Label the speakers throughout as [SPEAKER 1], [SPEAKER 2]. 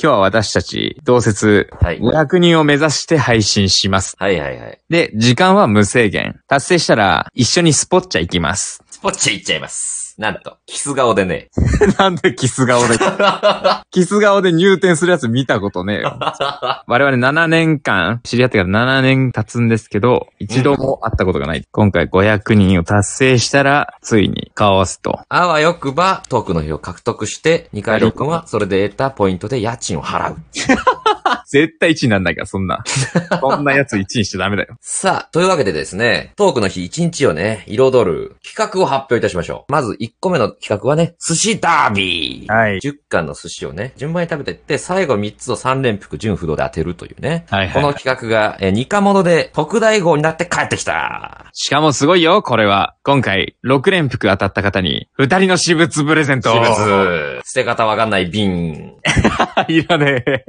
[SPEAKER 1] 今日は私たち、同説、
[SPEAKER 2] はい。
[SPEAKER 1] 500人を目指して配信します。
[SPEAKER 2] はいはいはい。
[SPEAKER 1] で、時間は無制限。達成したら、一緒にスポッチャ行きます。
[SPEAKER 2] スポッチャ行っちゃいます。なんと、キス顔でね。
[SPEAKER 1] なんでキス顔で、 キス顔で入店するやつ見たことねえよ。我々7年間、知り合ってから7年経つんですけど、一度も会ったことがない。今回500人を達成したら、ついに顔合わすと。
[SPEAKER 2] あわよくば、トークの日を獲得して、二階堂くんはそれで得たポイントで家賃を払う。
[SPEAKER 1] 絶対1になんないから、そん な。そんなやつ1にしちゃダメだよ。
[SPEAKER 2] さあ、というわけでですね、トークの日一日をね、彩る企画を発表いたしましょう。まず1個目の企画はね、寿司ダービー。
[SPEAKER 1] はい
[SPEAKER 2] 10巻の寿司をね、順番に食べていって、最後3つを3連服順不動で当てるというね。
[SPEAKER 1] はい
[SPEAKER 2] この企画が、えー、ニカモノで特大号になって帰ってきた。
[SPEAKER 1] しかもすごいよ、これは。今回、6連服当たった方に、2人の私物プレゼント。
[SPEAKER 2] 物。捨て方わかんない瓶。
[SPEAKER 1] いらねえ。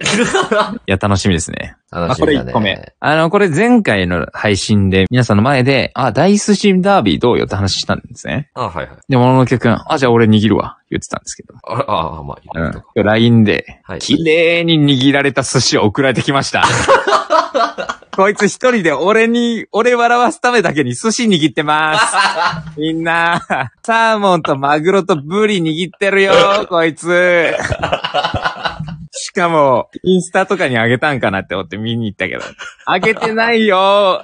[SPEAKER 1] いや、楽しみですね。
[SPEAKER 2] 楽し
[SPEAKER 1] こ
[SPEAKER 2] み
[SPEAKER 1] れ
[SPEAKER 2] だ
[SPEAKER 1] 1
[SPEAKER 2] ね。
[SPEAKER 1] 個目。あの、これ前回の配信で皆さんの前で、あ、ダイスシーダービーどうよって話したんですね。
[SPEAKER 2] あ、はいはい。
[SPEAKER 1] で、もののけくん、あ、じゃあ俺握るわ、言ってたんですけど。
[SPEAKER 2] あ、ああ、まあ、
[SPEAKER 1] う
[SPEAKER 2] いい
[SPEAKER 1] ん
[SPEAKER 2] とか。。
[SPEAKER 1] 今日 LINE で
[SPEAKER 2] は、い
[SPEAKER 1] 綺麗に握られた寿司を送られてきま した。こいつ一人で俺に、俺笑わすためだけに寿司握ってます。 みんな、サーモンとマグロとブリ握ってるよ、こい つ。しかも、インスタとかにあげたんかなって思って見に行ったけど、あげてない よ。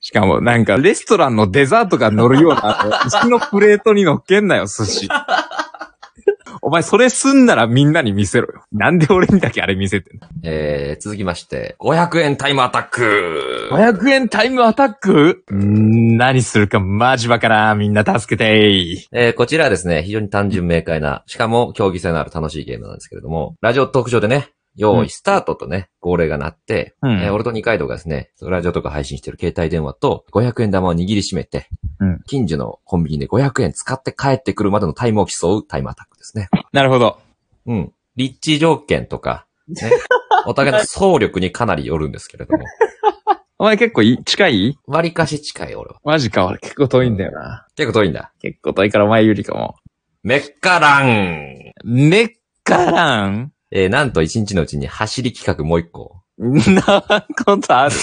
[SPEAKER 1] しかも、なんか、レストランのデザートが乗るよう な、うちのプレートに乗っけんなよ、寿司。お前、それすんならみんなに見せろよ。なんで俺にだけあれ見せてんの
[SPEAKER 2] えー、続きまして、500円タイムアタック。
[SPEAKER 1] 500円タイムアタックうーん何するかマジわからん。みんな助けて。
[SPEAKER 2] えー、こちらはですね、非常に単純明快な、しかも競技性のある楽しいゲームなんですけれども、ラジオ特上でね、用意スタートとね、号令が鳴って、
[SPEAKER 1] うん
[SPEAKER 2] えー俺と二階堂がですね、ラジオとか配信してる携帯電話と500円玉を握りしめて、
[SPEAKER 1] うん
[SPEAKER 2] 近所のコンビニで500円使って帰ってくるまでのタイムを競うタイムアタックですね。
[SPEAKER 1] なるほど。
[SPEAKER 2] うん。立地条件とか、 ね、お互いの総力にかなりよるんですけれども、
[SPEAKER 1] お前結構い近い
[SPEAKER 2] 割かし近い俺は。
[SPEAKER 1] マジか、俺結構遠いんだよな。
[SPEAKER 2] 結構遠いんだ。
[SPEAKER 1] 結構遠いからお前有利かも。
[SPEAKER 2] メッカラン
[SPEAKER 1] めっからん
[SPEAKER 2] えー、なんと一日のうちに走り企画もう一 個。
[SPEAKER 1] なことある。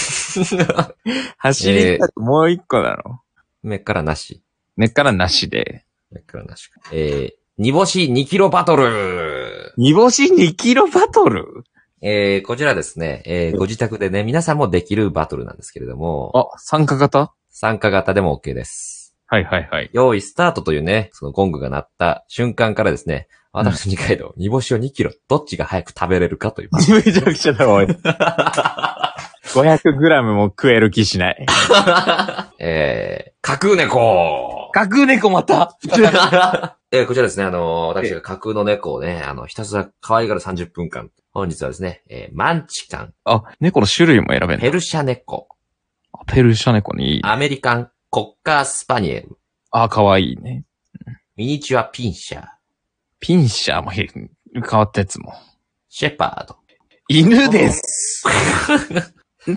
[SPEAKER 1] 走りたくもう一個だろ。
[SPEAKER 2] 目からなし。
[SPEAKER 1] めっからなしで。
[SPEAKER 2] 目からなしか。えー、煮干し2キロバトル
[SPEAKER 1] 煮干し2キロバトル
[SPEAKER 2] えー、こちらですね、えー、ご自宅でね、皆さんもできるバトルなんですけれども、
[SPEAKER 1] あ、参加型
[SPEAKER 2] 参加型でも OK です。
[SPEAKER 1] はいはいはい。
[SPEAKER 2] 用意スタートというね、そのゴングが鳴った瞬間からですね、
[SPEAKER 1] ん
[SPEAKER 2] 私と二階堂、煮干しを2キロ、どっちが早く食べれるかという。
[SPEAKER 1] めちゃくちゃだ、おい。500グラムも食える気しない。
[SPEAKER 2] えー、架空猫
[SPEAKER 1] 架空猫また
[SPEAKER 2] えーこちらですね、あのー私が架空の猫をね、あの、ひたすら可愛がる30分間。本日はですね、えーマンチカン、
[SPEAKER 1] あ、猫の種類も選べんの
[SPEAKER 2] ペルシャ猫、
[SPEAKER 1] ペルシャ猫にいい。
[SPEAKER 2] アメリカン、コッカースパニエル、
[SPEAKER 1] あ、かわいいね。
[SPEAKER 2] ミニチュアピンシャー、
[SPEAKER 1] ピンシャーもいい変わったやつも。
[SPEAKER 2] シェパード。
[SPEAKER 1] 犬です。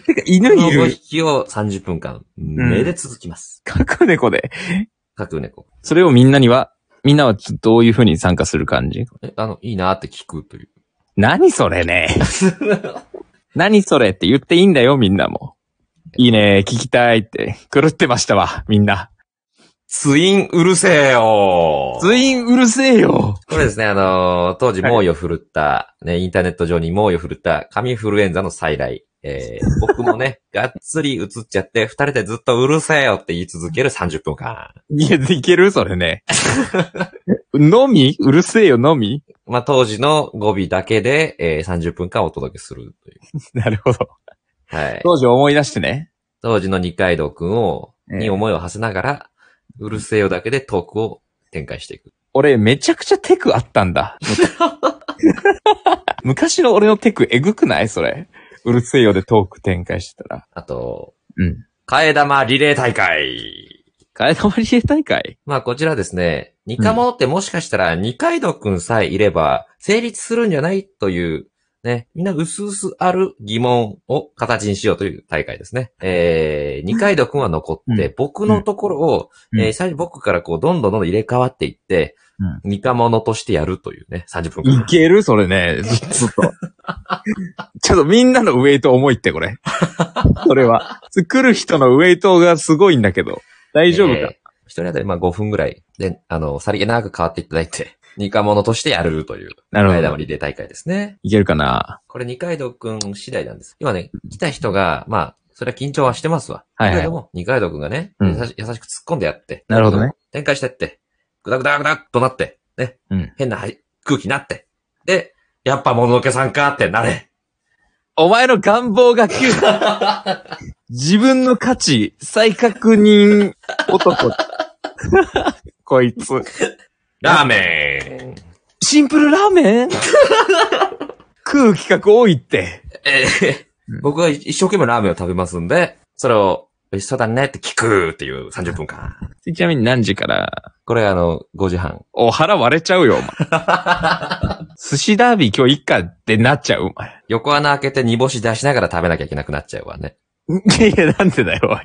[SPEAKER 1] てか、犬
[SPEAKER 2] こ
[SPEAKER 1] い
[SPEAKER 2] の 5
[SPEAKER 1] る。
[SPEAKER 2] 匹を30分間、目で続きます。
[SPEAKER 1] 架空猫で。
[SPEAKER 2] 架空猫。
[SPEAKER 1] それをみんなには、みんなはちょっとどういう風に参加する感じ
[SPEAKER 2] え、あの、いいなって聞くという。
[SPEAKER 1] 何それ ね。何それって言っていいんだよ、みんなも。いいね、聞きたいって。狂ってましたわ、みんな。
[SPEAKER 2] ツインうるせえよ
[SPEAKER 1] 全員うるせえよ。
[SPEAKER 2] これですね、あのー当時猛威を振るった、ね、インターネット上に猛威を振るった、神フルエンザの再来。え ー、僕もね、がっつり映っちゃって、二人でずっとうるせえよって言い続ける30分間。
[SPEAKER 1] いや、いけるそれね。のみうるせえよ、のみ
[SPEAKER 2] まあ、当時の語尾だけで、えー、30分間お届けするという。
[SPEAKER 1] なるほど。
[SPEAKER 2] はい。
[SPEAKER 1] 当時を思い出してね。
[SPEAKER 2] 当時の二階堂くんを、
[SPEAKER 1] ええ
[SPEAKER 2] に思いを馳せながら、うるせえよだけでトークを展開していく。
[SPEAKER 1] 俺、めちゃくちゃテクあったんだ。 昔の俺のテク、えぐくないそれ。うるせえよでトーク展開してたら。
[SPEAKER 2] あと、
[SPEAKER 1] うん。
[SPEAKER 2] 替え玉リレー大会。
[SPEAKER 1] 替え玉リレー大会
[SPEAKER 2] まあ、こちらですね、ニカモってもしかしたら二階堂くんさえいれば成立するんじゃないというね、みんな薄々ある疑問を形にしようという大会ですね。えー、二階堂くんは残って、
[SPEAKER 1] う
[SPEAKER 2] 僕のところを、
[SPEAKER 1] うん
[SPEAKER 2] えー最初僕からこう、どんどんどんどん入れ替わっていって、二科物としてやるというね、30分
[SPEAKER 1] い
[SPEAKER 2] 間。
[SPEAKER 1] けるそれね。ずっと。ちょっとみんなのウェイト重いって、これ。それは。来る人のウェイトがすごいんだけど。大丈夫
[SPEAKER 2] えー
[SPEAKER 1] か、
[SPEAKER 2] 一人当たりまあ5分ぐらいで、あの、さりげなく変わっていただいて、二科物としてやるという、
[SPEAKER 1] なるほ
[SPEAKER 2] 前
[SPEAKER 1] ど
[SPEAKER 2] 倒。りで大会ですね。
[SPEAKER 1] いけるかな
[SPEAKER 2] これ二階堂くん次第なんです。今ね、来た人が、まあ、それは緊張はしてますわ。
[SPEAKER 1] はいはい
[SPEAKER 2] だけども、二階堂くんがね、
[SPEAKER 1] うん
[SPEAKER 2] 優し優しく突っ込んでやって。
[SPEAKER 1] なるほどね。
[SPEAKER 2] 展開してって、ぐだぐだぐだっとなって、ね。
[SPEAKER 1] うん
[SPEAKER 2] 変なはい空気になって。で、やっぱもののけさんかってなれ。
[SPEAKER 1] お前の願望が急自分の価値、再確認男。 こいつ。
[SPEAKER 2] ラーメン。
[SPEAKER 1] シンプルラーメン食う企画多いって。
[SPEAKER 2] えー
[SPEAKER 1] うん
[SPEAKER 2] 僕は一生懸命ラーメンを食べますんで、それを、美味しそうだねって聞くっていう30分 間。
[SPEAKER 1] ちなみに何時から
[SPEAKER 2] これあの、5時半。
[SPEAKER 1] お腹割れちゃうよ、お前。寿司ダービー今日一家ってなっちゃう、お前。
[SPEAKER 2] 横穴開けて煮干し出しながら食べなきゃいけなくなっちゃうわね。
[SPEAKER 1] いやいや、なんでだよ、おい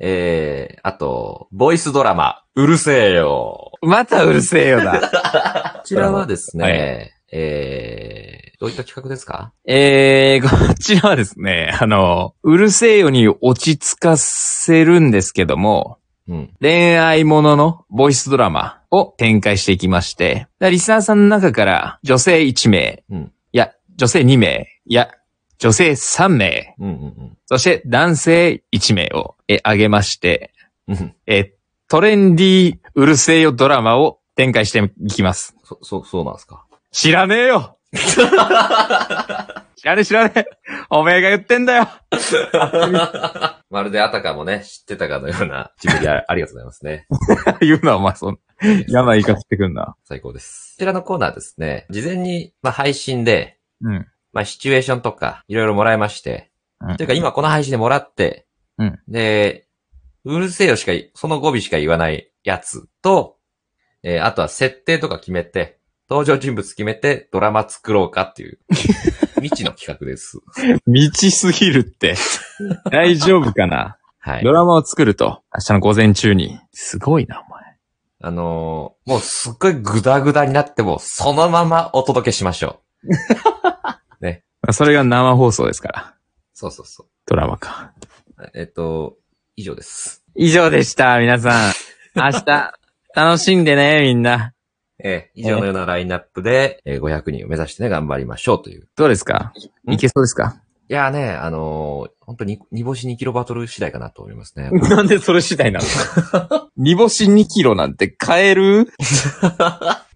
[SPEAKER 2] えー、あと、ボイスドラマ、うるせえよ。
[SPEAKER 1] またうるせえよだ。
[SPEAKER 2] こちらはですね、
[SPEAKER 1] はい
[SPEAKER 2] えー、どういった企画ですか
[SPEAKER 1] えー、こちらはですね、あの、うるせえよに落ち着かせるんですけども、
[SPEAKER 2] うん。
[SPEAKER 1] 恋愛もののボイスドラマを展開していきまして、でリスナーさんの中から女性1名、
[SPEAKER 2] うん
[SPEAKER 1] いや、女性2名、いや、女性3名、
[SPEAKER 2] うんうん
[SPEAKER 1] そして男性1名をえ挙げまして、
[SPEAKER 2] うんうん。
[SPEAKER 1] えトレンディーうるせえよドラマを展開していきます。
[SPEAKER 2] そ、そう、そうなんです か。
[SPEAKER 1] 知らねえよ 知らねえ知らねえおめえが言ってんだよ
[SPEAKER 2] まるであたかもね、知ってたかのような、ジブリ あありがとうございますね。
[SPEAKER 1] 言うな、お前そんな。嫌な言い方してくんな。
[SPEAKER 2] 最高です。こちらのコーナーですね、事前に、まあ、配信で、
[SPEAKER 1] うん。
[SPEAKER 2] まあ、シチュエーションとか、いろいろもらいまして、
[SPEAKER 1] うん
[SPEAKER 2] というか今この配信でもらって、
[SPEAKER 1] うん
[SPEAKER 2] で、うるせえよしか、その語尾しか言わないやつと、えーあとは設定とか決めて、登場人物決めてドラマ作ろうかって いう、未知の企画です。
[SPEAKER 1] 道すぎる って。大丈夫かな
[SPEAKER 2] はい
[SPEAKER 1] ド。ラマを作ると、明日の午前中に。すごいな、お前。
[SPEAKER 2] あのーもうすっごいグダグダになっても、そのままお届けしましょう。
[SPEAKER 1] それが生放送ですから。
[SPEAKER 2] そうそうそ
[SPEAKER 1] ドラマか。
[SPEAKER 2] う。えっと、以上です。
[SPEAKER 1] 以上でした、皆さん。明 日、楽しんでね、みんな。
[SPEAKER 2] えー以上のようなラインナップで、えー500人を目指してね、頑張りましょうという。
[SPEAKER 1] どうですか
[SPEAKER 2] ん
[SPEAKER 1] いけそうですか
[SPEAKER 2] いやーね、あのー、本当に、煮干し2キロバトル次第かなと思いますね。
[SPEAKER 1] なんでそれ次第なの 煮干し2キロなんて買え る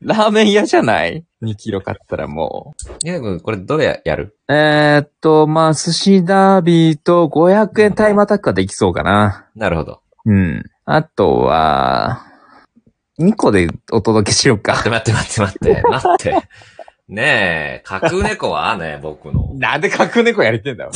[SPEAKER 1] ラーメン屋じゃない ?2 キロ買ったらもう。
[SPEAKER 2] ニャ君、これどれやる
[SPEAKER 1] えー、っと、まあ、寿司ダービーと500円タイムアタックができそうかな。
[SPEAKER 2] なるほど。
[SPEAKER 1] うん。あとは、2個でお届けしようか。
[SPEAKER 2] 待って待って待って待って。待って。ねえ、架空猫はね、僕の。
[SPEAKER 1] なんで架空猫やりてんだよ。